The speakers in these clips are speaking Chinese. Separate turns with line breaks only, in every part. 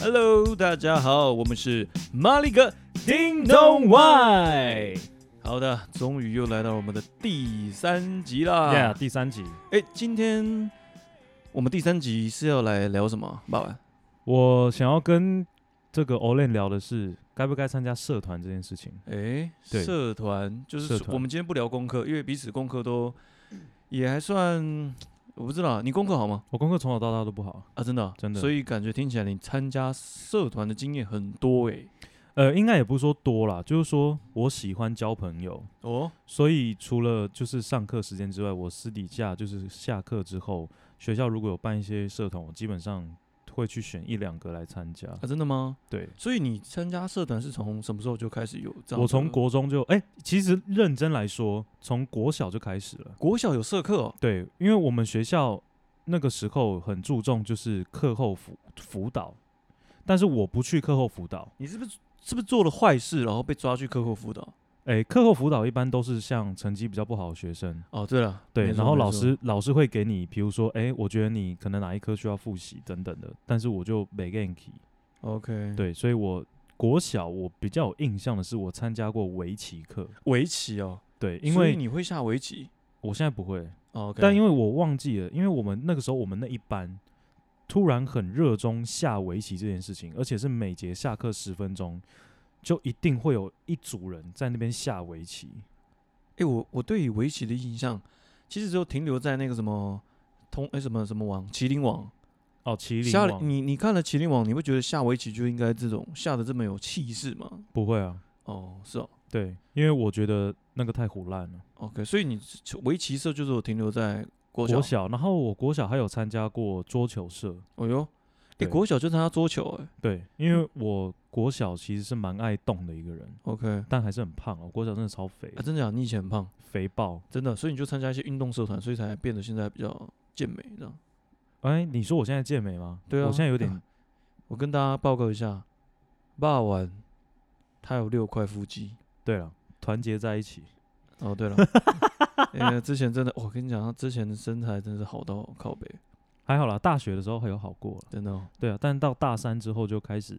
Hello，大家好，我们是马里哥叮咚外。好的，终于又来到我们的第三集啦。
Yeah，第三集，
哎、今天我们第三集是要来聊什么？爸爸，
我想要跟这个 Olen 聊的是该不该参加社团这件事情。
哎、
对
社团就是
社
说
团
我们今天不聊功课，因为彼此功课都也还算，我不知道你功课好吗？
我功课从小到大都不好，
啊，真的啊、
真的
所以感觉听起来你参加社团的经验很多哎、
呃，应该也不是说多啦，就是说我喜欢交朋友，
哦，
所以除了就是上课时间之外，我私底下就是下课之后，学校如果有办一些社团，我基本上会去选一两个来参加。
啊，真的吗？
对，
所以你参加社团是从什么时候就开始有这样？
我从国中就哎、其实认真来说，从国小就开始了。
国小有社课、哦，
对，因为我们学校那个时候很注重就是课后辅辅导，但是我不去课后辅导。
你是不是是不是做了坏事，然后被抓去课后辅导？
诶，课后辅导一般都是像成绩比较不好的学生，
哦，对了，
对，
没错
然后
没
老
错
师老师会给你，比如说，诶，我觉得你可能哪一科需要复习等等的，但是我就没 g a n k
，OK，，
对，所以我国小我比较有印象的是我参加过围棋课，
围棋哦，
对，因
所以
为
你会下围棋
我现在不会，
哦，OK，
但因
为
为我忘记了，因为我们那个时候我们那一班突然很热衷下围棋这件事情，而且是每节下课十分钟就一定会有一组人在那边下围棋。
哎、我我对于围棋的印象其实只有停留在那个什么通哎、什么什么网，麒麟网。
哦，棋灵
下了
王
你你看了《麒麟王》，你会觉得下围棋就应该这种下的这么有气势吗？
不会啊，
哦，是哦
对，因为我觉得那个太胡乱了。
，OK，所以你围棋社就是有停留在国小，
国小，然后我国小还有参加过桌球社，
哦哟，哎、
对
国小就参加桌球、哎
对，因为我国小其实是蛮爱动的一个人，
，OK，啊，
但还是很胖哦，我国小真的超肥，
真的假的？你以前很胖，
肥爆。
真的，所以你就参加一些运动社团，所以才变得现在比较健美这样。
哎，你说我现在健美吗？
对啊
我现在有点
我跟大家报告一下，霸王他有六块腹肌。
对了，团结在一起。
哦， 对了，那个之前真的，我跟你讲，他之前的身材真的是好到靠北，
还好啦，大学的时候还有好过了，
真的、哦。
对啊，但到大三之后就开始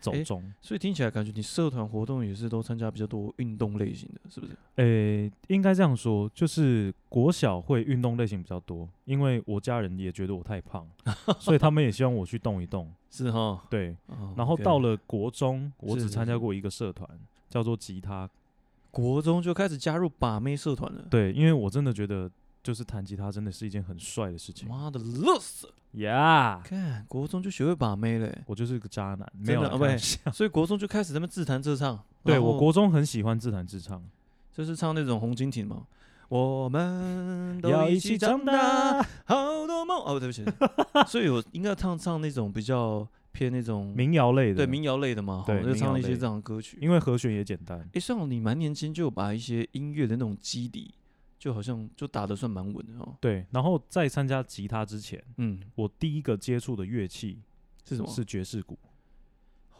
走
诶
中，
所以听起来感觉你社团活动也是都参加比较多运动类型的，是不是？
诶、应该这样说，就是国小会运动类型比较多，因为我家人也觉得我太 胖，所以他们也希望我去动一动，
是哈。
对。
哦
然后
OK
到了国中，我
是
只
是
参加
是
过一个社团，叫做吉他，
国中就开始加入把妹社团了。
对，因为我真的觉得就是弹吉他真的是一件很帅的事情
妈的，乐死！
，Yeah，
看国中就学会把妹嘞、
我就是个渣男，没
真
有
的
啦
哦
开
不
玩
是
笑
所以国中就开始他们自弹自唱。
对
然
我
后
国中很喜欢自弹自唱，
就是唱那种红蜻蜓嘛。我们都一起长大，，好多梦。哦，对不起，所以我应该唱唱那种比较偏那种
民谣类的，
对民谣类的嘛，吼
对
就
民
唱
谣
一些
类
这样的歌曲。
因为和弦也简单。
诶，像你蛮年轻就有把一些音乐的那种基底，就好像就打得算蛮稳的哦。
对，然后在参加吉他之前，
嗯，
我第一个接触的乐器
是什么？
是爵士鼓。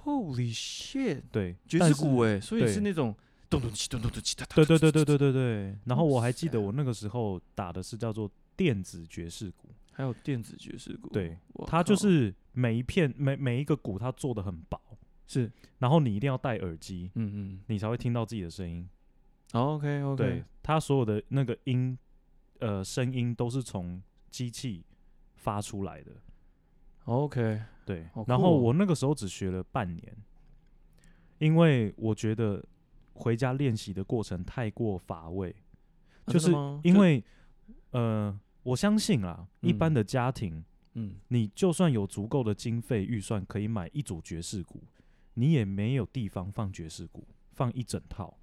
Holy shit，
对，
爵
但
士
是
鼓啊诶，所以
对
是那种咚咚起咚咚咚起哒哒。
对对对对对对对。然后
哇
我还记
塞
得我那个时候打的是叫做电子爵士鼓，
还有电子爵士鼓。
对
哦我靠，
它就是每一片每每一个鼓它做的很薄，
是
然后你一定要戴耳机，
嗯嗯
你才会听到自己的声音。
，OK
对
OK，，
它所有的那个音，呃，声音都是从机器发出来的。
OK，
对
好，
然
酷
后
哦
我那个时候只学了半年，因为我觉得回家练习的过程太过乏味，
啊
就
真的
是
吗
因
就
为呃，我相信啦，一般
嗯
的家庭，
嗯，
你就算有足够的经费预算可以买一组爵士鼓，你也没有地方放爵士鼓，放一整套。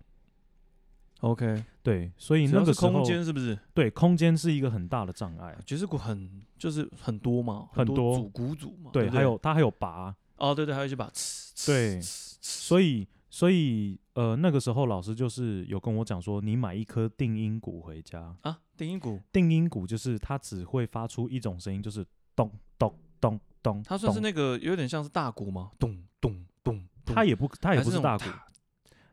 OK，
对，所以
你
那
那
个
个
时候
空间是不是？
对空间是一个很大的障碍。
爵士鼓很就是很多嘛，
很
多
多
组鼓组嘛，
对，
不
还有它还有拔，
哦，对对，还有一些把呲呲
对
呲呲
所以，所以，呃，那个时候老师就是有跟我讲说，你买一颗定音鼓回家。
啊，定音鼓，
定音鼓就是它只会发出一种声音，就是咚咚咚咚。
它算是
咚，
那个有点像是大鼓吗？咚咚咚，咚
它也不，它也
还
不
是
是
那
大
种
鼓，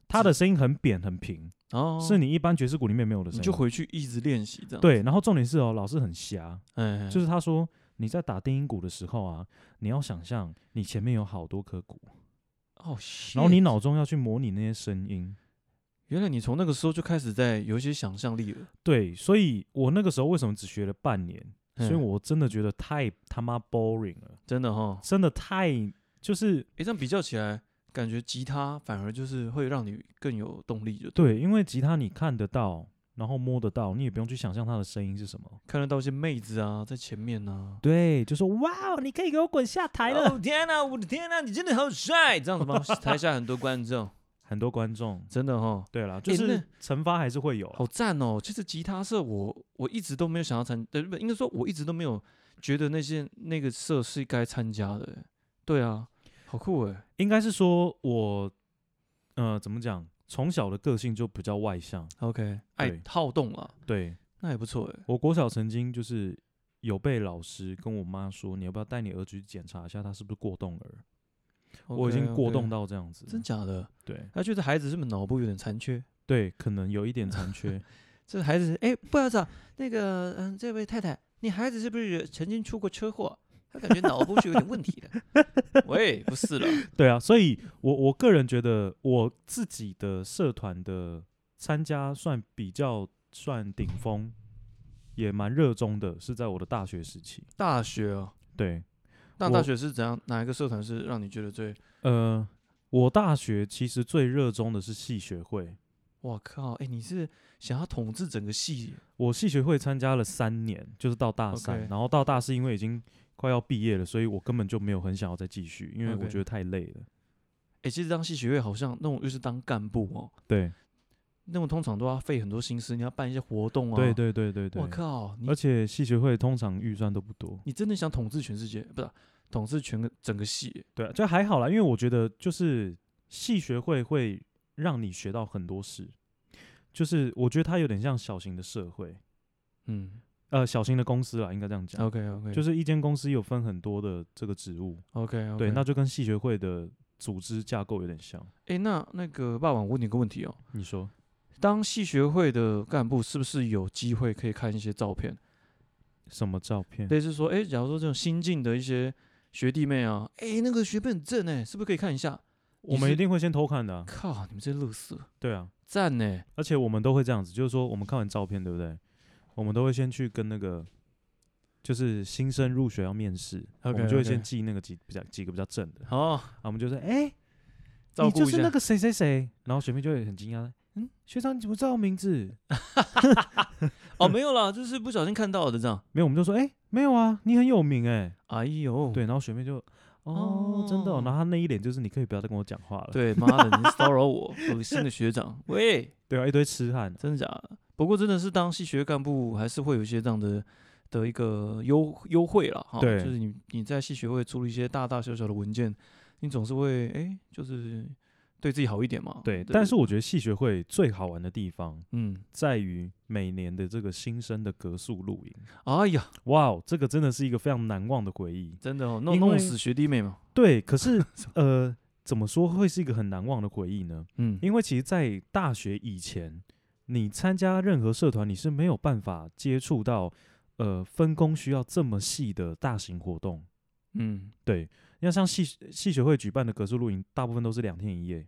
啪
它的声音很扁很平，
哦，
是你一般爵士鼓里面没有的声
你
音。
就回去一直练习这样，
对，然后重点是哦，老师很瞎，
哎，哎，
就是他说你在打定音鼓的时候啊，你要想象你前面有好多颗鼓，
哦，
然后你脑中要去模拟那些声音。
原来你从那个时候就开始在有一些想象力了，
对，所以我那个时候为什么只学了半年？所以
嗯
我真的觉得太他妈 boring 了，
真的哈，
真的太就是
诶，这样比较起来，感觉吉他反而就是会让你更有动力，就对，
对，因为吉他你看得到，然后摸得到，你也不用去想象它的声音是什么。
看得到一些妹子啊在前面呐、啊。
对，就说哇，哦你可以给我滚下台了。
哦天哪、我的天哪、你真的好帅！哎这样 子吗？台下很多观众，
很多观众，
真的哈，
对啦，就
欸
是
那
惩罚还是会有啊。
好赞哦！其实吉他社我我一直都没有想要参，对不？应该说我一直都没有觉得那些那个社是该参加的欸。对啊，好酷哎！
应该是说我，呃，怎么讲？从小的个性就比较外向，
OK，爱
对
好动啊，
对
那也不错哎。
我国小曾经就是有被老师跟我妈说，你要不要带你儿子去检查一下他是不是过动儿？我已经过动
到，
到这样子，
真假的？
对
他觉得孩子是不是脑部有点残缺？
对，可能有一点 残缺。
这孩子，哎，不好意思啊，那个，嗯，这位太太，你孩子是不是曾经出过车祸？他感觉脑部是有点问题的。 喂，不是了，
对啊，所以我我个人觉得我自己的社团的参加算比较算顶峰，也蛮热衷的，是在我的大学时期。
大学哦，
对，
那
我
大学是怎样？哪一个社团是让你觉得最？
呃，我大学其实最热衷的是系学会，
我靠，哎，你是想要统治整个系？
我系学会参加了三年，就是到大三
OK
然后到大四因为已经快要毕业了，所以我根本就没有很想要再继续，因为我
OK
觉得太累了。
哎，其实当系学会好像那种又是当干部哦，
对，
那种通常都要费很多心思，你要办一些活动啊。
对对对对对。
我靠，你
而且系学会通常预算都不多，
你真的想统治全世界？不是啊、统治全个整个系？
对啊，就还好啦，因为我觉得就是系学会会让你学到很多事，就是我觉得它有点像小型的社会，
嗯
呃，小型的公司啦，应该这样讲。
，OK OK，
就是是一间公司有分很多的这个职务
OK OK。
对，那就跟系学会的组织架构有点像。
哎，那那个霸王，我问你个问题哦，
你说，
当系学会的干部是不是有机会可以看一些照片？
什么照片？
类似说，哎，假如说这种新进的一些学弟妹啊，哎，那个学妹很正哎，是不是可以看一下？
我
你
们
是
一定会先偷看的啊、
靠，你们这些乐色，
对啊，
赞呢！
而且我们都会这样子，就是说我们看完照片，对不对？我们都会先去跟那个，就是新生入学要面试我们就会
OK，OK
先记那个几比较几个比较正的，
好，
啊，我们就说，哎、
照
你
顾
就
一
是那
下。
个谁谁谁，然后学妹就会很惊讶，嗯，学长你怎么知道我名字？
哦，
嗯
没有啦，就是不小心看到的这样。
没有，我们就说，哎、没有啊，你很有名哎、
哎呦，
对，然后学妹就，哦，真的哦、
哦
然后她那一脸就是你可以不要再跟我讲话了，
对，妈的，你骚扰我，恶心的学长，喂。
对啊，一堆痴汉，
真的假的？不过真的是当系学干部，还是会有一些这样的的一个优优惠啦，哈，
对
就是你你在系学会出了一些大大小小的文件，你总是会哎、诶就是对自己好一点嘛。
对，但是我觉得系学会最好玩的地方
嗯，
在于每年的这个新生的格宿露营，
哎呀，
哇哦，这个真的是一个非常难忘的回忆。
真的哦，弄
因为
弄死学弟妹嘛。
对，可是呃，怎么说会是一个很难忘的回忆呢？
嗯，
因为其实，在大学以前，你参加任何社团，你是没有办法接触到呃分工需要这么细的大型活动。
嗯，
对，要像系系学会举办的格数露营，大部分都是两天一夜，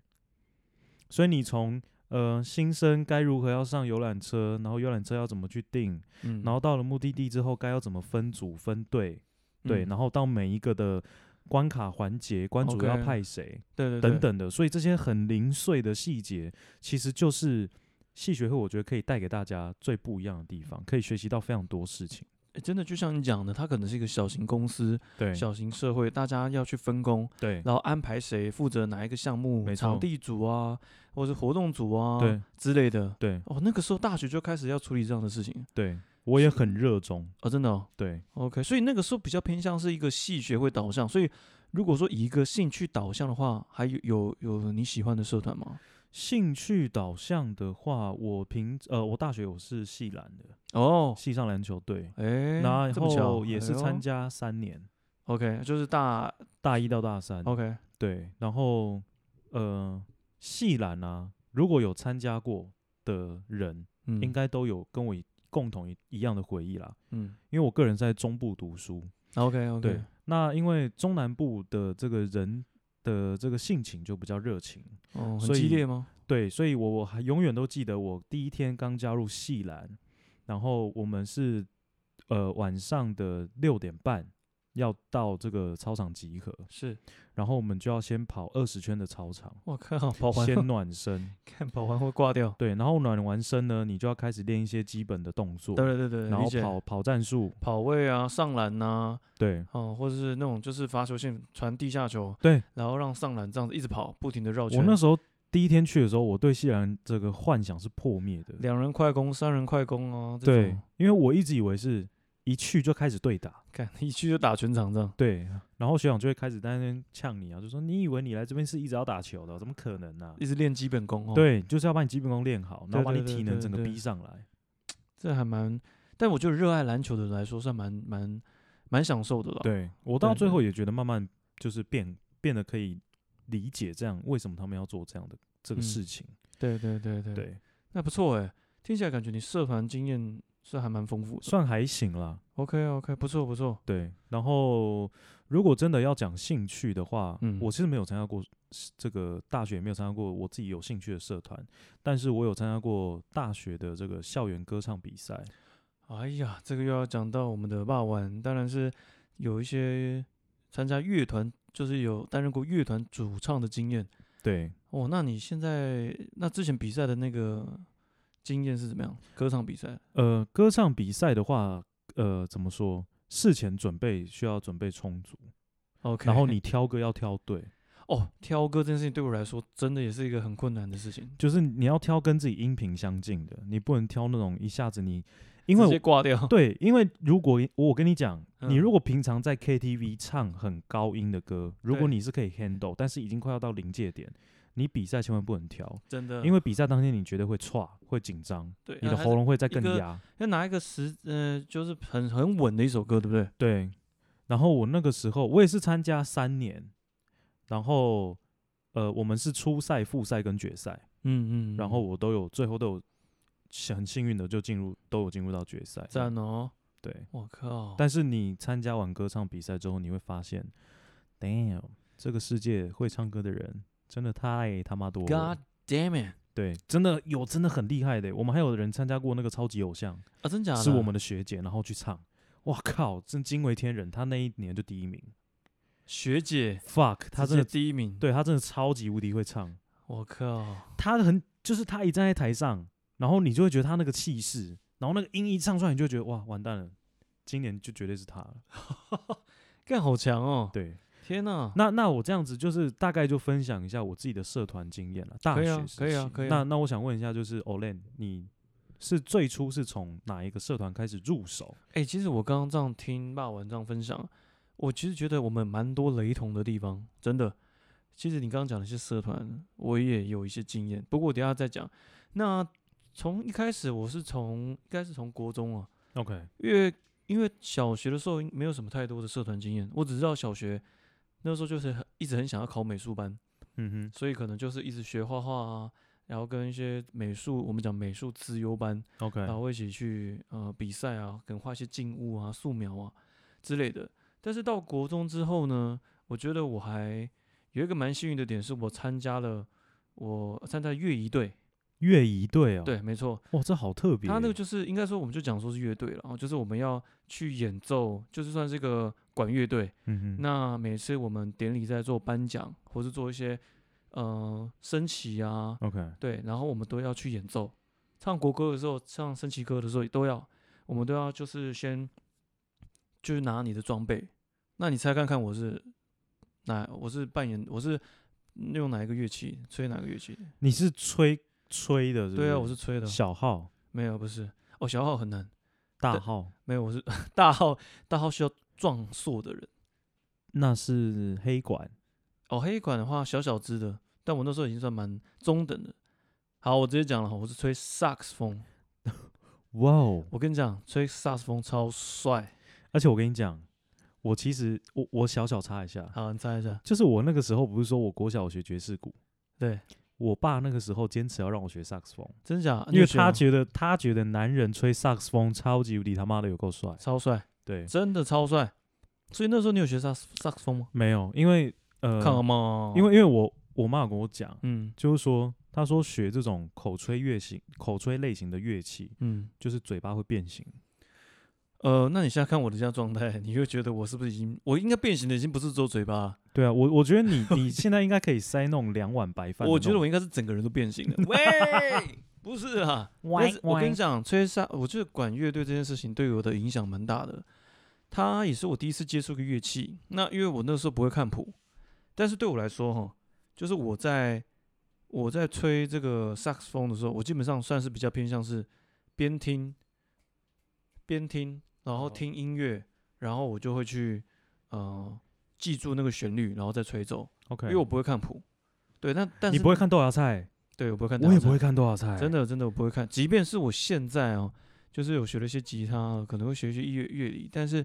所以你从呃新生该如何要上游览车，然后游览车要怎么去订，
嗯
然后到了目的地之后该要怎么分组分队，对，
嗯
然后到每一个的关卡环节，关主
OK
要派谁
对对对
等，等的，所以这些很零碎的细节，其实就是戏学会我觉得可以带给大家最不一样的地方，可以学习到非常多事情。
诶真的就像你讲的，它可能是一个小型公司、
对
小型社会，大家要去分工，
对
然后安排谁负责哪一个项目，
没
场
错
地组啊，或者是活动组啊，
对
之类的。
对
哦，那个时候大学就开始要处理这样的事情
对，我也很热衷。
哦，真的、哦、
对
OK，所以那个时候比较偏向是一个系学会导向，所以如果说以一个兴趣导向的话，还有有有你喜欢的社团吗？
兴趣导向的话，我平呃我大学我是系篮的，
哦，
系上篮球队，
哎、
然
这么巧
后也是参、加嗯三年，
哎呦 OK，就是大
大一到大三。
OK，
对，然后呃，系篮啊，如果有参加过的人，
嗯，
应该都有跟我一共同一一样的回忆啦。
嗯
因为我个人在中部读书，
OK
对
OK，，
那因为中南部的这个人的这个性情就比较热情，
哦，很
所
激
以
烈吗？
对，所以我我还永远都记得我第一天刚加入系篮，然后我们是呃晚上的六点半要到这个操场集合，
是，
然后我们就要先跑二十圈的操场，
我靠，跑完
先暖 身，
看跑完会挂掉。
对，然后暖完身呢，你就要开始练一些基本的动作，
对对对，
然后
理解
跑跑战术，
跑位啊、上篮呐、
对
哦，或者是那种就是罚球线传地下球，
对，
然后让上篮这样子一直跑，不停的绕圈。
我那时候第一天去的时候，我对西兰这个幻想是破灭的，
两人快攻、三人快攻啊，这
对
种，
因为我一直以为是一去就开始对打。
看一去就打全场这样。
对，然后学长就会开始在那边呛你啊，就说你以为你来这边是一直要打球的哦，怎么可能呢、
一直练基本功哦，，
对，就是要把你基本功练好，然
对
后把
对
你
对
体
对
能整个
对
逼上来。
这还蛮，但我觉得热爱篮球的人来说，算蛮蛮蛮享受的了。，
对我到
对
最
对
后也觉得慢慢就是变变得可以理解这样为什么他们要做这样的这个
嗯
事情。
对对对对，
对，
那不错哎，听起来感觉你社团经验是还蛮丰富的。
算还行啦。
OK OK，不错不错，
对，然后如果真的要讲兴趣的话，
嗯
我其实没有参加过这个大学，也没有参加过我自己有兴趣的社团，但是我有参加过大学的这个校园歌唱比赛。
哎呀，这个又要讲到我们的霸王，当然是有一些参加乐团，就是有担任过乐团主唱的经验。
对，
哦，那你现在那之前比赛的那个经验是怎么样？歌唱比赛
呃，歌唱比赛的话，呃，怎么说？事前准备需要准备充足，
，OK，
然后你挑歌要挑对，
哦，挑歌这件事情对我来说真的也是一个很困难的事情，
就是你要挑跟自己音频相近的，你不能挑那种一下子你，因为
直接
我
挂掉。
对，因为如果我跟你讲，你
嗯
如果平常在 KTV 唱很高音的歌，如果
对
你是可以 handle，但是已经快要到临界点，你比赛千万不能挑，
真的，
因
为
为比赛当天你绝对会岔，会紧张，
嗯对啊
你
那
的
还
喉
是
咙会再
一
更
个
压。
要拿一个时，呃，就是很很稳的一首歌，对不对？
对，然后我那个时候我也是参加三年，然后呃，我们是初赛、复赛跟决赛，
嗯嗯。
然后我都有最后都有幸很幸运的就进入都有进入到决赛。
赞哦，
对，
我靠！
但是你参加完歌唱比赛之后，你会发现，damn，这个世界会唱歌的人真的太他妈多了
God。damn it
对，真的有真的很厉害的，我们还有人参加过那个超级偶像，
啊，真假的？
是我们的学姐，然后去唱。哇靠！真惊为天人，她那一年就第一名。
学姐，
fuck，她
直
真
接
的
第一名。，
对他真的超级无敌会唱，
我靠！
他很就是他一站在台上，然后你就会觉得他那个气势，然后那个音一唱出来，你就会觉得哇完蛋了，今年就绝对是他了。
干好强哦！
对，
天哪，
那那我这样子就是大概就分享一下我自己的社团经验了，大
可以
学
啊
时期。
可以啊可以啊
那那我想问一下，就是 Olen，你是最初是从哪一个社团开始入手？
哎、其实我刚刚这样听霸王这样分享，我其实觉得我们蛮多雷同的地方，真的。其实你刚刚讲的一些社团，我也有一些经验，不过我等一下再讲。那从一开始，我是从应该是从国中啊，
OK，
因为因为小学的时候没有什么太多的社团经验，我只知道小学那时候就是很一直很想要考美术班，
嗯
所以可能就是一直学画画啊，然后跟一些美术，我们讲美术资优班，
哼，OK，
然后一起去呃比赛啊，可能画一些静物啊、素描啊之类的。但是到国中之后呢，我觉得我还有一个蛮幸运的点，是我参加了我参加乐仪队，
乐仪队哦，，
对，没错，
哇，这好特别耶。
他那个就是应该说我们就讲说是乐队了，然后就是我们要去演奏，就是算是一个管乐队。
嗯哼，
那每次我们典礼在做颁奖，或是做一些呃升旗啊，
OK，
对，然后我们都要去演奏，唱国歌的时候，唱升旗歌的时候都要，我们都要就是先就是拿你的装备，那你猜看看我是哪？我是扮演我是用哪一个乐器吹哪个乐器？
你是吹吹的是不
对啊，我是吹的，
小号、
没有不是哦，小号很难，
大
对
号。
没有我是 大号，大号需要壮硕的人
那是黑管，
哦，黑管的话小小只的，但我那时候已经算蛮中等的。好，我直接讲了哈，我是吹萨克斯风。
哇哦！
我跟你讲，吹萨克斯风超帅。
而且我跟你讲，我其实我我小小插一下，
好，你猜一下。
就是我那个时候不是说我国小我学爵士鼓，
对，
我爸那个时候坚持要让我学萨克斯风，
真假？啊你
因
有
为
学吗
他觉得他觉得男人吹萨克斯风超级无敌他妈的有够帅，
超帅，
对，
真的超帅。所以那时候你有学萨斯萨克斯风吗？
没有，因为呃，
看了吗？
因为因为我我妈有跟我讲，
嗯
就是说，她说学这种口吹乐型、口吹类型的乐器，
嗯
就是嘴巴会变形。
呃，那你现在看我的这样状态，你会觉得我是不是已经我应该变形的已经不是只有嘴巴了，
对啊，我我觉得你你现在应该可以塞那种两碗白饭的那种。
我觉得我应该是整个人都变 形了。喂，不是啊，
歪
但是我跟
歪
你讲，吹萨，我觉得管乐队这件事情对我的影响蛮大的。它也是我第一次接触个乐器，那因为我那时候不会看谱，但是对我来说，哈，就是我在我在吹这个萨克斯风的时候，我基本上算是比较偏向是边听边听，然后
哦
听音乐，然后我就会去呃记住那个旋律，然后再吹奏，
OK，
因为我不会看谱。对，那但是
你不会看豆芽菜，
对我不会看，
我也不会看豆芽菜，
真。的真的我不会看，即便是我现在哦，就是有学了一些吉他，可能会学一些乐乐理，但是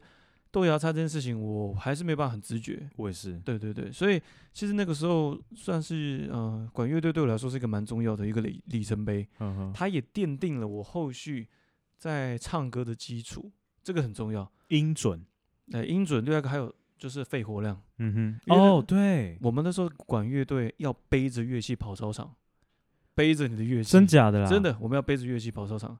豆芽菜这件事情我还是没办法很直觉。
我也是，
对对对，所以其实那个时候算是呃，管乐队对我来说是一个蛮重要的一个里里程碑，
嗯哼，
它也奠定了我后续在唱歌的基础，这个很重要。
音准，
呃，音准另外一个还有就是肺活量，
嗯
因
哼，
为
哦，对，
我们那时候管乐队要背着乐器跑操场，背着你的乐器，
真假的啦，啊
真，的，我们要背着乐器跑操场，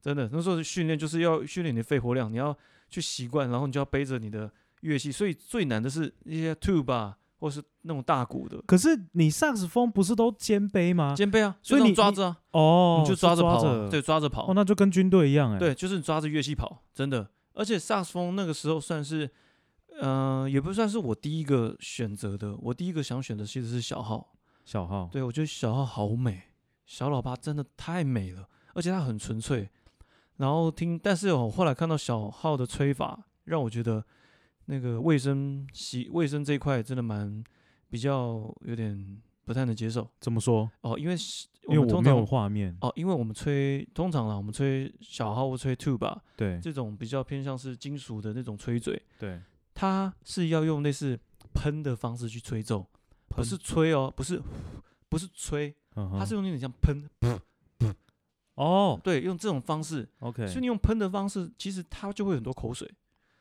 真的。那时候的训练就是要训练你的肺活量，你要去习惯，然后你就要背着你的乐器。所以最难的是一些 tube 啊，或是那种大鼓的
可是你萨克斯风不是都肩背吗？
肩背啊，
所以
就这样
你
抓着啊，
哦，
你就是抓着跑啊、
着，
对，抓着跑。
哦，那就跟军队一样哎，，
对，就是你抓着乐器跑，真的。而且萨克斯风那个时候算是，呃，也不算是我第一个选择的。我第一个想选的其实是小号，
小号，
对，我觉得小号好美，小喇叭真的太美了，而且它很纯粹。然后听，但是我后来看到小号的吹法，让我觉得那个卫生习卫生这一块真的蛮比较有点不太能接受
怎么说？
哦，因为是我
因
们
为我
通
没
常
有画面，
哦，因为我们吹通常啦，我们吹小号或吹 two 吧，
对
这种比较偏向是金属的那种吹嘴，
对，
它是要用类似喷的方式去吹奏，不
喷
是吹哦，不是不是吹，
嗯哼
它是用那种像喷，
哦
对，用这种方式，
，OK，
所以你用喷的方式，其实它就会有很多口水，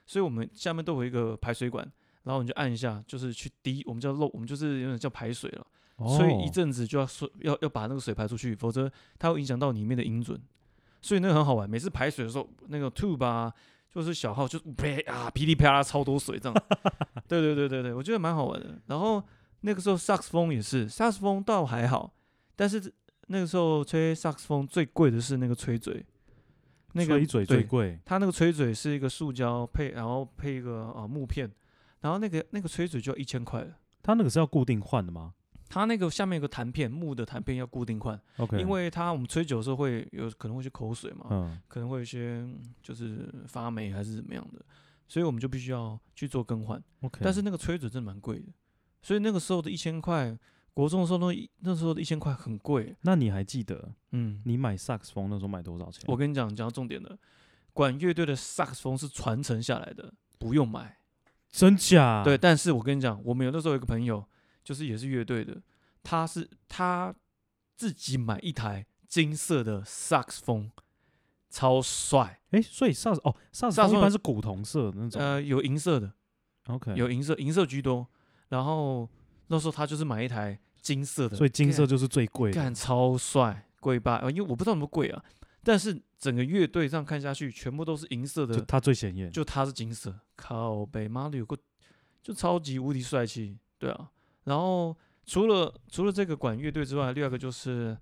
所以我们下面都有一个排水管，然后你就按一下，就是去滴，我们叫漏，我们就是有点叫排水了，所以一
哦
阵子就要说要要把那个水排出去，否则它会影响到里面的音准，所以那个很好玩，每次排水的时候，那个 tube 啊，就是小号就啪啊噼里啪啦超多水这样， 对对对对对，我觉得蛮好玩的。然后那个时候萨克斯风也是，萨克斯风倒还好，但是那个时候吹萨克斯风最贵的是那个吹嘴，那个
吹嘴最
对
贵，
它那个吹嘴是一个塑胶配，然后配一个啊、呃木片，然后那个那个吹嘴就要一千块了。
它那个是要固定换的吗
它那个下面有个弹片，木的弹片要固定换，
？OK，
因为它我们吹久的时候会有可能会去口水嘛，
嗯
可能会有一些嗯就是发霉还是怎么样的，所以我们就必须要去做更换。
，OK，
但是那个吹嘴真的蛮贵的，所以那个时候的一千块，国中的时候都一那时候的一千块很贵。
那你还记得
嗯，
你买萨克斯风那时候买多少钱？
我跟你讲，讲到重点了，管乐队的萨克斯风是传承下来的，不用买。
真假？
对，，但是我跟你讲，我们有那时候有一个朋友，就是也是乐队的，他是他自己买一台金色的萨克斯风，超帅，
哎，所以萨克斯哦，萨克斯
萨克斯
风
风
一般是古铜色的那种
呃，有银色的，
，OK，
有银色，银色居多。然后那时候他就是买一台金色的，
所以金色
干
就是最贵的。
干超帅，贵吧？呃因为我不知道有没有贵啊，但是整个乐队这样看下去，全部都是银色
就
的，
它最显眼，
就他是金色，靠北妈的有个就超级无敌帅气，对啊。然后除了除了这个管乐队之外，另外一个就是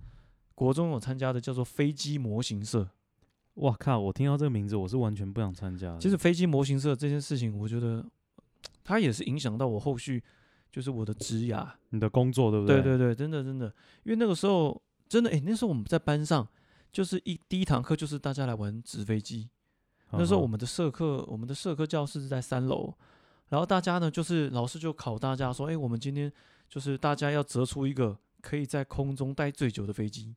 国中我参加的叫做飞机模型社。
哇靠！我听到这个名字，我是完全不想参加的。
其实飞机模型社这件事情，我觉得它也是影响到我后续就是我的职涯。
你的工作对不
对
对
对对，真的真的，因为那个时候真的哎、诶那时候我们在班上就是一第一堂课就是大家来玩纸飞机，
嗯
那时候我
哼
们的社课，我们的社课教室是在三楼，然后大家呢就是老师就考大家说，哎、我们今天就是大家要折出一个可以在空中待最久的飞机，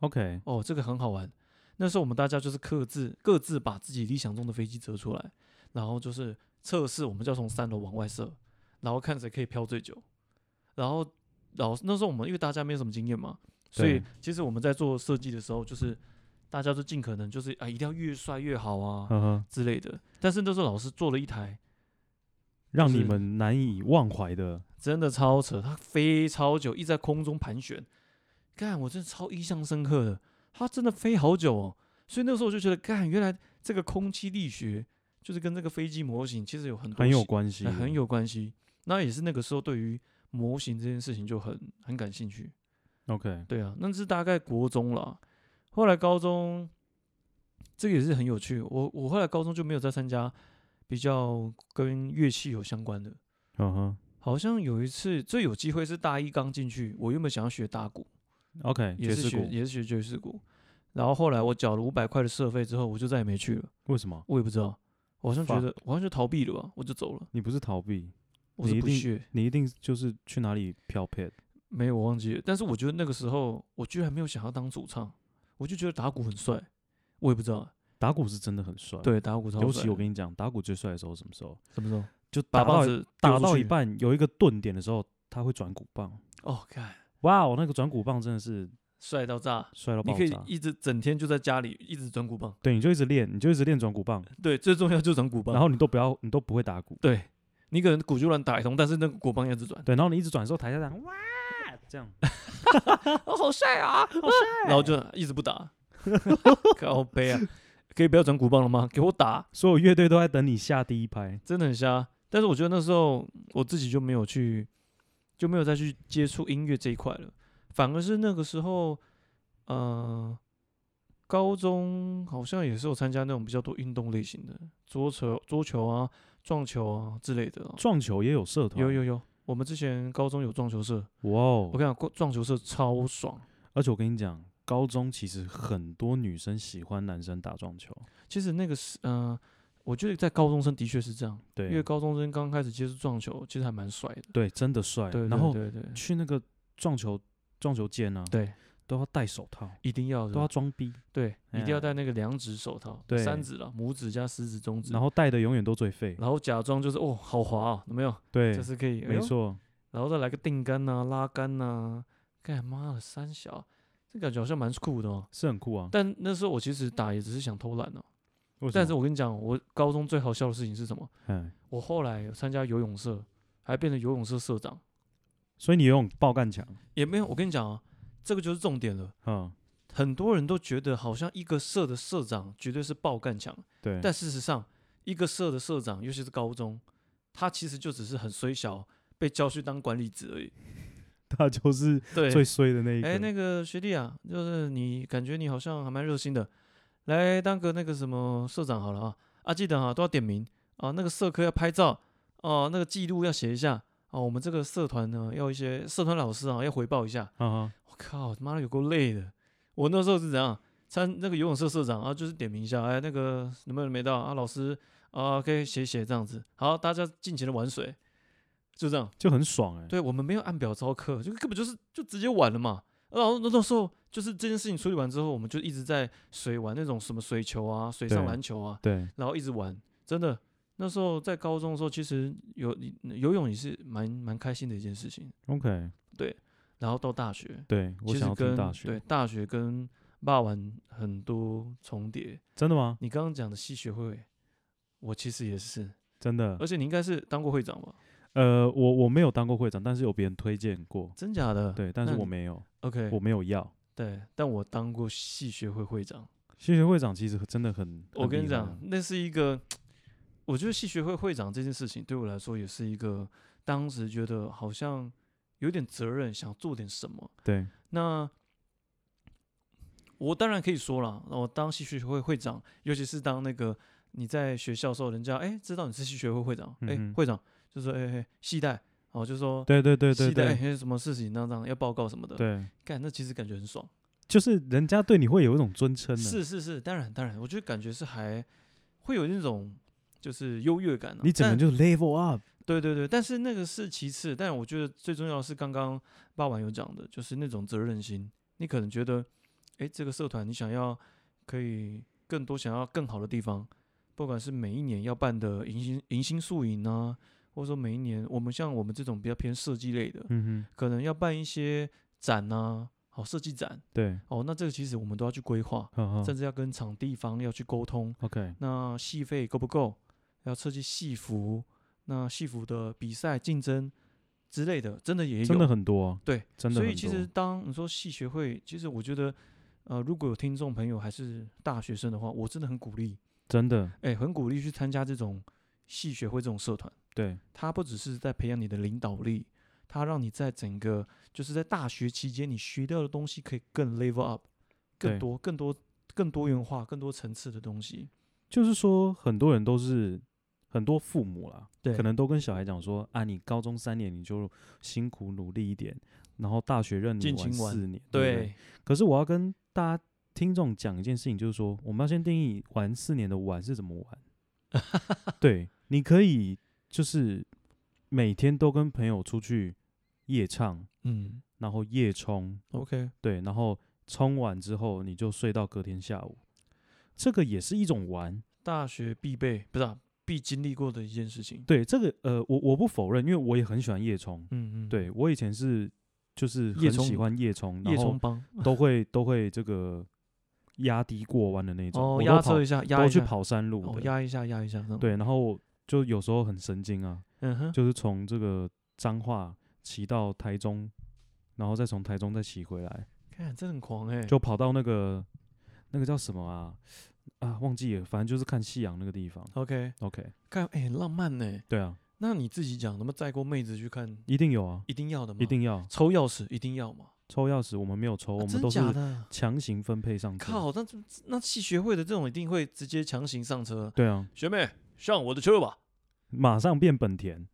OK，
哦，这个很好玩。那时候我们大家就是各自各自把自己理想中的飞机折出来，然后就是测试，我们就要从三楼往外射，然后看谁可以飘最久。然后老师那时候我们因为大家没有什么经验嘛，所以
对
其实我们在做设计的时候，就是大家都尽可能就是啊，一定要越帅越好啊
呵呵，
之类的。但是那时候老师做了一台
让
就
你
是
们难以忘怀的。
真的超扯，他飞超久，一直在空中盘旋。干，我真的超印象深刻的，他真的飞好久哦。所以那时候我就觉得，干，原来这个空气力学就是跟这个飞机模型其实有很多
很有
系
关系
哎
的，
很有关系。那也是那个时候对于模型这件事情就很很感兴趣。
OK，
对啊，那是大概国中啦。后来高中，这个也是很有趣。我我后来高中就没有再参加比较跟乐器有相关的。
嗯哼
好像有一次最有机会是大一刚进去，我原本想要学大鼓，
，OK，
也
爵
是
士
学
鼓，
也是学爵士鼓，然后后来我缴了五百块的社费之后，我就再也没去了，
为什么？
我也不知道，我好像觉
Fuck
得我好像就逃避了吧，我就走了，
你不是逃避，
我
你
是
一
不
定
屑，
你一定就是去哪里飘 pit。
没有我忘记了，但是我觉得那个时候我居然没有想要当主唱，我就觉得打鼓很帅，我也不知道，
打鼓是真的很帅，，
对，打鼓超帅的，
尤其我跟你讲，打鼓最帅的时候是什么时候？
什么时候
就
打
打
棒
到
子
打
丢出
到一
去
半有一个顿点的时候，他会转鼓棒。
哦，看
哇哦，那个转鼓棒真的是
帅到炸，
帅到
你
爆
可以
炸。
一直整天就在家里一直转鼓棒，
对，你就一直练，你就一直练转鼓棒，
对，最重要就是转鼓棒，
然后你都不要，你都不会打鼓。
对，你可能鼓就乱打一通，但是那个鼓棒要一直转，
对，然后你一直转的时候，台下这样哇，这样
哦， 好帅啊，好帅，然后就一直不打， 靠背啊，可以不要转鼓棒了吗？给我打，
所有乐队都在等你下第一拍。
真的很瞎。但是我觉得那时候我自己就没有去，就没有再去接触音乐这一块了，反而是那个时候，呃，高中好像也是有参加那种比较多运动类型的，桌球、桌球啊、撞球啊之类的啊、
撞球也有社团，
有有有，我们之前高中有撞球社，
哇哦
我跟你讲，撞球社超爽。
而且我跟你讲，高中其实很多女生喜欢男生打撞球，
其实那个是，嗯、我觉得在高中生的确是这样，因为
对，
高中生刚开始接触撞球，其实还蛮帅的。
对，真的帅。
对，
然后
对对对
去那个撞球撞球间啊，
对，
都要戴手套，
一定要
都要
的，
装逼，
对，一定要
哎
戴那个两指手套，
对
三指了，拇指加食指、中指，
然后戴的永远都最废。
然后假装就是哦，好滑啊，有没有？
对
这，是可以，哎
没
呦，
错，
然后再来个定杆呐、拉杆呐、干妈的三小，这感觉好像蛮酷的哦。
是很酷啊。
但那时候我其实打也只是想偷懒哦、
为什
但
么
是我跟你讲，我高中最好笑的事情是什么？
哎，
我后来有参加游泳社，还变成游泳社社长。
所以你游泳爆干强，
也没有，我跟你讲啊，这个就是重点了。
嗯，
很多人都觉得好像一个社的社长绝对是爆干强，
对，
但事实上，一个社的社长，尤其是高中，他其实就只是很虽小，被叫去当管理职而已。
他就是
对，
最衰的那一
哎、
个。
那个学弟啊，就是你感觉你好像还蛮热心的，来当个那个什么社长好了啊。啊，记得啊，都要点名啊，那个社科要拍照哦、那个记录要写一下哦、我们这个社团呢，要一些社团老师啊，要回报一下。
啊哈，
我靠，他妈的有够累的。我那时候是怎样？参那个游泳社社长啊，就是点名一下，哎，那个能不能没到啊？老师啊，可以写写这样子。好，大家尽情的玩水，就这样。
就很爽哎。
对我们没有按表招课，就根本就是就直接玩了嘛。然后那那时候就是这件事情处理完之后，我们就一直在水玩那种什么水球啊、水上
对
篮球啊，
对，
然后一直玩。真的，那时候在高中的时候，其实游游泳也是蛮蛮开心的一件事情。
，OK，
然后到大学，
对我
其实
想要听
跟
大学
对，大学跟霸玩很多重叠。
真的吗？
你刚刚讲的系学会，我其实也是，
真的
而，且你应该是当过会长吧？
呃，我我没有当过会长，但是有别人推荐过，
真假的？
对，但是
啊那
我
你
没有，
，OK，
我没有要。
对，但我当过系学会会长。
谢学会长其实真的很，
我
很
跟你
厉害
讲
啊，
那是一个，我觉得系学会会长这件事情对我来说也是一个，当时觉得好像有点责任，想做点什么。
对，
那我当然可以说了，我当戏学会会长，尤其是当那个你在学校的时候，人家哎、知道你是戏学会会长，哎、
嗯哼
会长就说哎哎系带，哦就说
对对对对
系带
对
哎有什么事情那这样要报告什么的，
对，
干那其实感觉很爽，
就是人家对你会有一种尊称的，
是是是，当然当然，我觉得感觉是还会有那种就是优越感、啊，
你整个
但
人就 level up，
对对对，但是那个是其次，但我觉得最重要的是刚刚霸王有讲的，就是那种责任心。你可能觉得，诶，这个社团你想要可以更多想要更好的地方，不管是每一年要办的迎新迎新宿营啊，或者说每一年我们像我们这种比较偏设计类的，
嗯哼，
可能要办一些展啊，好设计展
对，
哦，那这个其实我们都要去规划，
哈哈
甚至要跟场地方要去沟通，
，OK，
那戏费够不够？要设计戏服，那戏服的比赛竞争之类的，真的也有，
真的很多、啊，
对，
真的
所
很多。
以其实当你说系学会，其实我觉得，呃，如果有听众朋友还是大学生的话，我真的很鼓励，
真的
哎、很鼓励去参加这种系学会这种社团。
对
它不只是在培养你的领导力，它让你在整个就是在大学期间你学到的东西可以更 level up，更
对
多、更多、更多元化、更多层次的东西。
就是说，很多人都是很多父母啦，
对
可能都跟小孩讲说啊，你高中三年你就辛苦努力一点，然后大学任你
尽情玩
四年，对不对
对，
可是我要跟大家听众讲一件事情，就是说，我们要先定义玩四年的玩是怎么玩。 对，你可以就是每天都跟朋友出去夜唱，
嗯
然后夜冲，
，OK，
对，然后冲完之后你就睡到隔天下午，这个也是一种玩。
大学必备不是、啊、必经历过的一件事情。
对，这个呃，我我不否认，因为我也很喜欢夜冲。
嗯嗯，，
对我以前是就是
夜
很
冲
喜欢夜冲，然
夜冲
后
帮
都会都会这个压低过弯的那种，
哦，
我都
压
跑
车一下，压
都
一
去
下，
跑山路
哦
的，
压一下，压一下，这样，
对，然后就有时候很神经啊，
嗯哼，
就是从这个彰化骑到台中，然后再从台中再骑回来，
看这很狂哎、
就跑到那个那个叫什么啊啊忘记了，反正就是看夕阳那个地方。
OK，
OK，
看哎、浪漫呢、
对啊，
那你自己讲，那么载过妹子去看，
一定有啊，
一定要的吗？
一定要
抽钥匙一定要嘛？
抽钥匙，我们没有抽，
啊
我们
真
都是
假的？
强行分配上车。
靠，那这那系学会的这种一定会直接强行上车。
对啊，
学妹，上我的车吧。
马上变本田。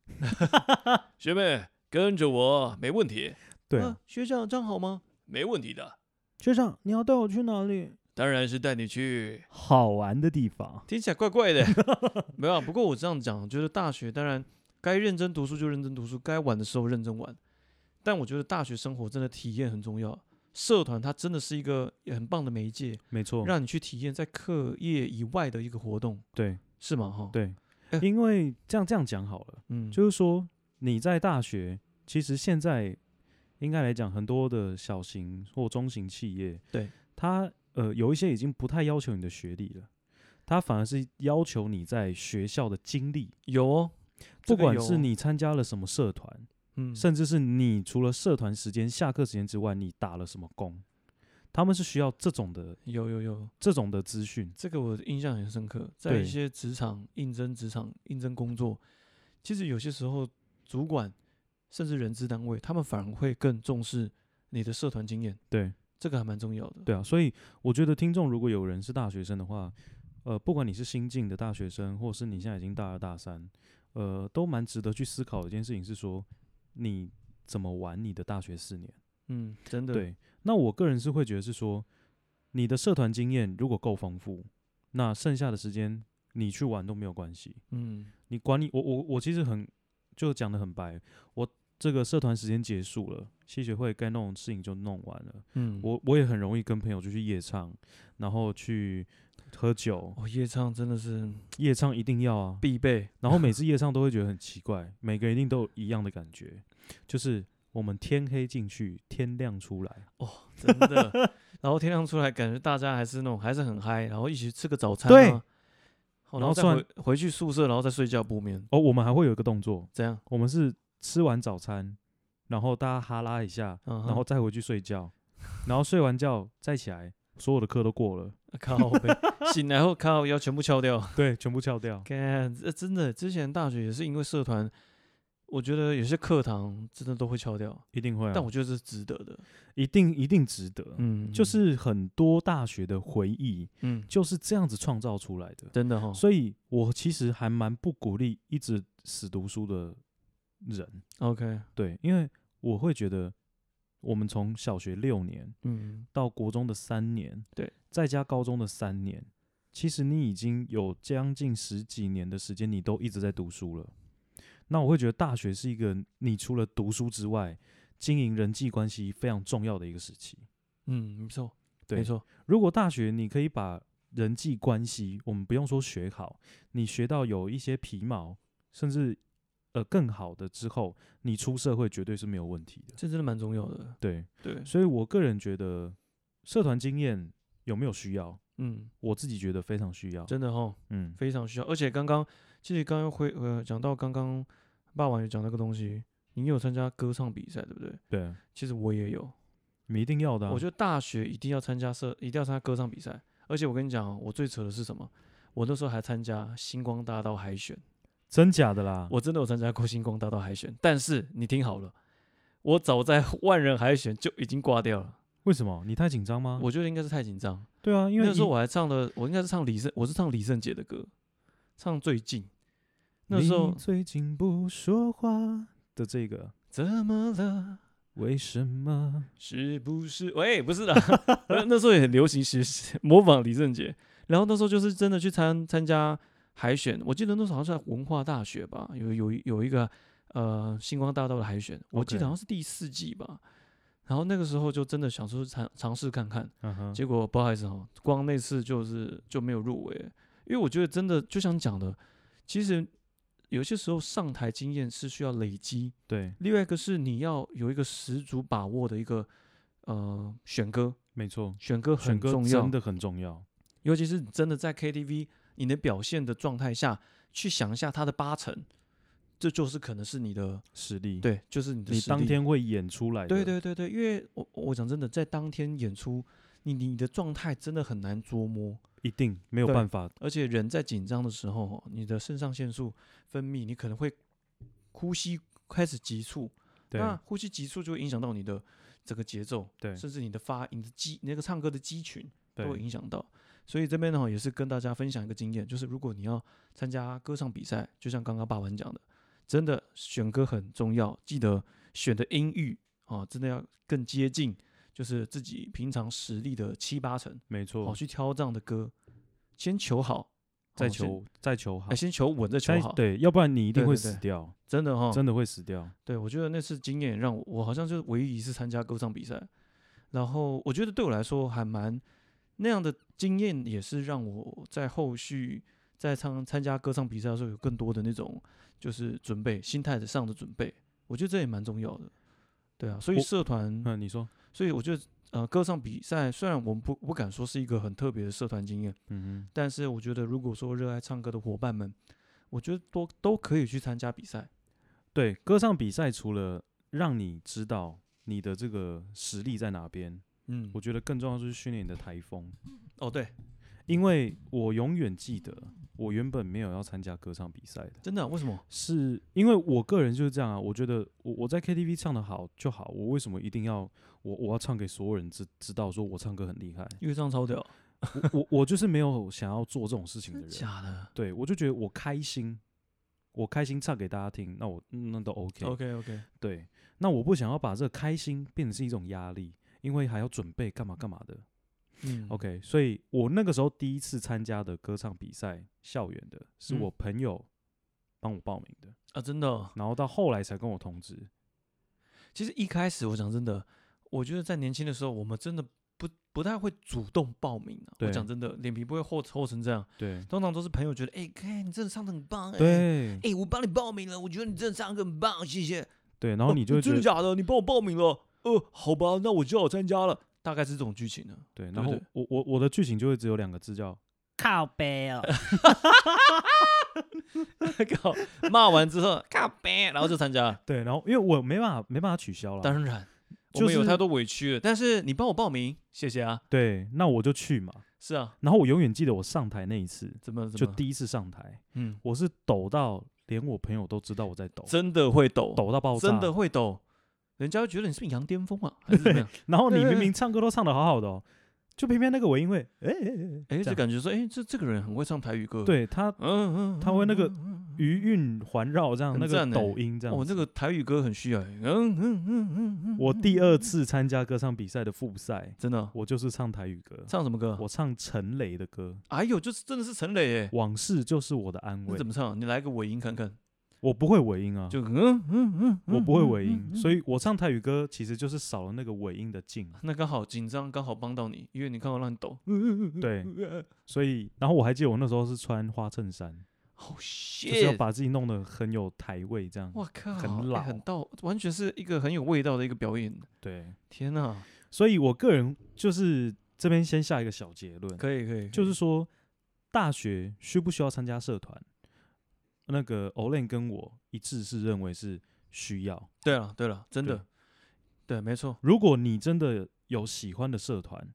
学妹，跟着我，没问题。
对
啊，学长这样好吗？没问题的，
学长，你要带我去哪里？
当然是带你去。
好玩的地方。
听起来怪怪的， 没有啊。不过我这样讲，觉得大学当然该认真读书就认真读书，该玩的时候认真玩。但我觉得大学生活真的体验很重要，社团它真的是一个很棒的媒介，
没错，
让你去体验在课业以外的一个活动，
对
是吗？哈，，
对
哎，
因为这样这样讲好了。
嗯，
就是说你在大学，其实现在应该来讲，很多的小型或中型企业，
对
它呃有一些已经不太要求你的学历了，它反而是要求你在学校的经历，
有哦，这
不
个
管
有
是
哦，
你参加了什么社团，
嗯，
甚至是你除了社团时间、下课时间之外，你打了什么工。他们是需要这种的、
有有有，
这种的资讯，
这个我印象很深刻，在一
对
些职场应征、职场应征工作，其实有些时候主管甚至人资单位，他们反而会更重视你的社团经验，
对
这个还蛮重要的。
对啊，所以我觉得听众如果有人是大学生的话，呃，不管你是新进的大学生，或是你现在已经大二大三，呃，都蛮值得去思考的一件事情是说，你怎么玩你的大学四年？
嗯，真的，
对，那我个人是会觉得是说，你的社团经验如果够丰富，那剩下的时间你去玩都没有关系。
嗯，
你管你我我我其实很就讲的很白，我这个社团时间结束了，系学会该弄的事情就弄完了。
嗯，
我我也很容易跟朋友就去夜唱，然后去喝酒。
哦，夜唱真的是
夜唱一定要啊，
必备，
然后每次夜唱都会觉得很奇怪，每个人一定都有一样的感觉，就是我们天黑进去，天亮出来。
哦真 的。然后天亮出来，感觉大家还是那种还是很嗨，然后一起吃个早餐、啊，
对
哦，然
然
后
后
再
吃完
回回去宿舍，然后再睡觉不眠，
哦，我们还会有一个动作，
这样，
我们是吃完早餐，然后大家哈拉一下，
嗯哼、
然后再回去睡觉，然后睡完觉再起来，所有的课都过了，
靠背醒来后靠腰全部翘掉。
对，全部翘掉。
干，这真的，之前大学也是因为社团，我觉得有些课堂真的都会翘掉，
一定会、啊，
但我觉得这是值得的。
一定一定值得。
嗯，
就是很多大学的回忆，
嗯，
就是这样子创造出来的。
真的哈，
所以我其实还蛮不鼓励一直死读书的人，
OK，
对，因为我会觉得我们从小学六年
嗯，
到国中的三年，
对，
再加高中的三年，其实你已经有将近十几年的时间，你都一直在读书了。那我会觉得大学是一个你除了读书之外，经营人际关系非常重要的一个时期。
嗯，没错，
对
没错，
如果大学你可以把人际关系，我们不用说学好，你学到有一些皮毛，甚至呃更好的之后，你出社会绝对是没有问题的。
这真的蛮重要的。
对，
对，
所以我个人觉得社团经验有没有需要，
嗯，
我自己觉得非常需要。
真的哈，
嗯，
非常需要。而且刚刚其实刚刚回呃讲到刚刚霸王也讲那个东西，你有参加歌唱比赛对不对？
对，
其实我也有，
你一定要的、啊。
我觉得大学一定要参加社，一定要参加歌唱比赛。而且我跟你讲哦，我最扯的是什么？我那时候还参加星光大道海选，
真假的啦，
我真的有参加过星光大道海选。但是你听好了，我早在万人海选就已经挂掉了。
为什么？你太紧张吗？
我觉得应该是太紧张，
对啊，因为
那时候
一
我还唱了，我应该是唱李圣，我是唱李圣杰的歌，唱最近。那时候
你最近不说话的这个，
怎么了？
为什么？
是不是？喂，不是的， 那那时候也很流行学习模仿李圣杰，然后那时候就是真的去参参加海选，我记得那时候好像是在文化大学吧，有有一有一个呃星光大道的海选，我记得
OK
好像是第四季吧。然后那个时候就真的想说尝尝试看看，
嗯哼，
结果不好意思哦，光那次就是就没有入围，因为我觉得真的就像讲的，其实有些时候上台经验是需要累积，
对，
另外一个是你要有一个十足把握的一个呃选歌，
没错，
选歌
选
很
歌
重要，
真的很重要。
尤其是真的在 KTV 你能表现的状态下去想一下它的八成，这就是可能是你的
实力，，
对，就是你的
你
实
当
力
天会演出来的，
对对对对，因为我我讲真的，在当天演出，你你的状态真的很难捉摸，
一定没有
对
办法，
而且人在紧张的时候哦，你的肾上腺素分泌，你可能会呼吸开始急促，
对
那呼吸急促就会影响到你的整个节奏，
对
甚至你的发、你的肌、你那个唱歌的肌群都会
对，
影响到。所以这边呢，也是跟大家分享一个经验，就是如果你要参加歌唱比赛，就像刚刚爸爸讲的，真的选歌很重要，记得选的音域啊，真的要更接近，就是自己平常实力的七八成，
没
好、
错，
去挑这样的歌，先求好，
再
好先
求再求哦好
哎，，先求稳，再求
再
好，，
对，要不然你一定
对
会
对哦嗯
死
对
掉，
真的哈，
真的会死掉。
对，我觉得那次经验让我，我好像就是唯一一次参加歌唱比赛，然后我觉得对我来说还蛮那样的经验，也是让我在后续在唱参加歌唱比赛的时候有更多的那种就是准备，心态上的准备，我觉得这也蛮重要的。对啊，所以
我
社团，
嗯，你说，
所以我觉得呃，歌唱比赛虽然我们不不敢说是一个很特别的社团经验，
嗯
但是我觉得如果说热爱唱歌的伙伴们，我觉得都都可以去参加比赛。
哼，对，歌唱比赛除了让你知道你的这个实力在哪边，
嗯
我，觉得更重要就是训练你的台风，
哦对，
因为我永远记得，我原本没有要参加歌唱比赛的。
真的啊、为什么？
是因为我个人就是这样啊，我觉得我我在 KTV 唱的好就好，我为什么一定要我我要唱给所有人知知道，说我唱歌很厉害？
因为这样超屌，
我我我就是没有想要做这种事情的人，
假的
嗯对我就觉得我开心，我开心唱给大家听，那我、嗯那都 OK，,
？OK OK，
对，那我不想要把这个开心变成是一种压力，因为还要准备干嘛干嘛的
嗯
，OK，所以我那个时候第一次参加的歌唱比赛，校园的，是
嗯
我朋友帮我报名的，
啊，真的哦、
然后到后来才跟我通知。
其实一开始我讲真的，我觉得在年轻的时候，我们真的不不太会主动报名啊。我
对
讲真的，脸皮不会厚厚成这样，
对
通常都是朋友觉得，哎、看你真的唱的很棒、哎，
对
哎、我帮你报名了，我觉得你真的唱的很棒，谢谢。
对，然后
哦
你就会觉
真的
得
假的？你帮我报名了，呃，好吧，那我就要参加了，大概是这种剧情呢、啊。
对，
对
然
不
后
对
我我我的剧情就会只有两个字叫
靠背哦，
靠，骂完之后， 靠呗，然后就参加了。
对，然后因为我没办法没办法取消了，
当然，
就
我们有
是
太多委屈了，但是你帮我报名，谢谢啊。
对，那我就去嘛。
是啊，
然后我永远记得我上台那一次，
怎么怎
就
么，
第一次上台，
嗯，
我是抖到连我朋友都知道我在抖，
真的会抖，
抖到爆炸，
真的。会抖，人家会觉得你是不是羊癫疯 啊，还是怎么样？
然后你
对对
明
对
明唱歌都唱的好好的哦，就偏偏那个尾音会，哎哎哎
哎，就
这样
感觉说，哎，这这个人很会唱台语歌，，
对他
嗯嗯，
他会那个
嗯嗯嗯
余韵环绕这样，
很
那个
赞欸
抖音这样
哦，
子。
那个台语歌很需要，哎嗯嗯嗯嗯嗯，
我第二次参加歌唱比赛的复赛，
真的哦
我就是唱台语歌，
唱什么歌？
我唱陈雷的歌。
哎呦，就是真的是陈磊哎，
往事就是我的安
你
慰
怎。么唱？你来个尾音看看，
我不会尾音啊，
就嗯嗯嗯，
我不会尾
嗯
音，所以我唱台语歌其实就是少了那个尾音的劲。啊
那刚好紧张，刚好帮到你，因为你刚好让你抖，
嗯对，所以然后我还记得我那时候是穿花衬衫，
好
就是要
谢，
把自己弄得很有台位这样。
我靠，
很
哎
老
很到，完全是一个很有味道的一个表演，
对，
天哪，
所以我个人就是这边先下一个小结论，
可以可以，
就是说大学需不需要参加社团？那个 Olen 跟我一致是认为是需要。
对了对了，真的，对，没错，
如果你真的有喜欢的社团，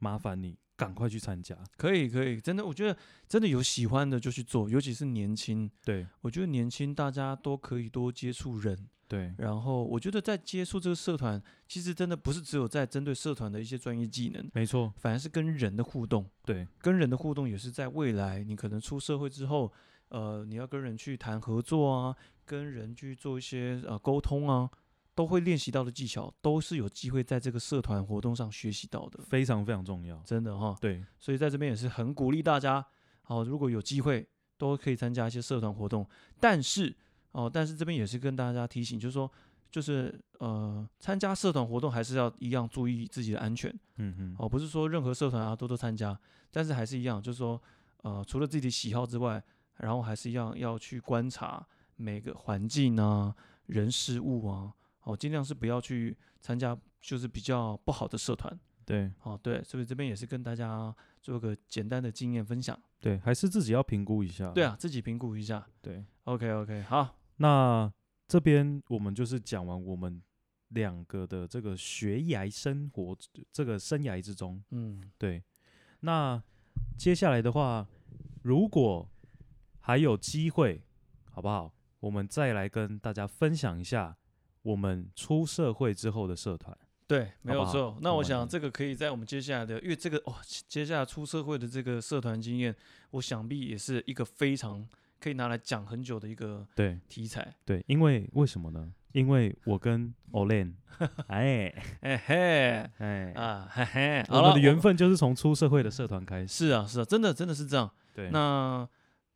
麻烦你赶快去参加。
可以可以，真的，我觉得真的有喜欢的就去做，尤其是年轻，
对
我觉得年轻大家都可以多接触人，
对
然后我觉得在接触这个社团，其实真的不是只有在针对社团的一些专业技能，
没错，
反而是跟人的互动，
对
跟人的互动也是在未来你可能出社会之后，呃，你要跟人去谈合作啊，跟人去做一些呃沟通啊，都会练习到的技巧，都是有机会在这个社团活动上学习到的，
非常非常重要。
真的哈。
对，
所以在这边也是很鼓励大家，好、如果有机会都可以参加一些社团活动，但是哦，但是这边也是跟大家提醒，就是说，就是呃，参加社团活动还是要一样注意自己的安全
嗯哼，
哦，不是说任何社团啊都都参加，但是还是一样，就是说，呃，除了自己的喜好之外，然后还是一样要去观察每个环境啊、人事物啊，哦，尽量是不要去参加就是比较不好的社团。
对
哦，对，所以这边也是跟大家做个简单的经验分享。
对，还是自己要评估一下。
对啊，自己评估一下。
对，
OK OK，好，
那这边我们就是讲完我们两个的这个学涯生活这个生涯之中，
嗯，
对，那接下来的话，如果还有机会，好不好？我们再来跟大家分享一下我们出社会之后的社团。
对，没有
好
错。那
好
我
完
想
蛋
这个可以在我们接下来的，因为这个哦，接下来出社会的这个社团经验，我想必也是一个非常可以拿来讲很久的一个
对
题材。
对，因为为什么呢？因为我跟 Olen，哎
哎嘿，
哎，
啊嘿嘿，好
我
了，
们的缘
我
分就是从出社会的社团开始。
是啊是啊，真的真的是这样。
对，
那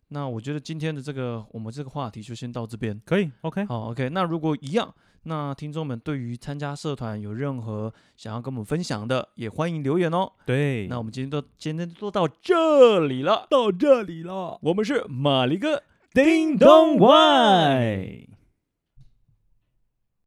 那我觉得今天的这个我们这个话题就先到这边。
可以，OK，
好，OK，那如果一样，那听众们对于参加社团有任何想要跟我们分享的，也欢迎留言哦。
对，
那我们今天都今天都到这里了，
到这里了，
我们是马力哥，
叮咚外。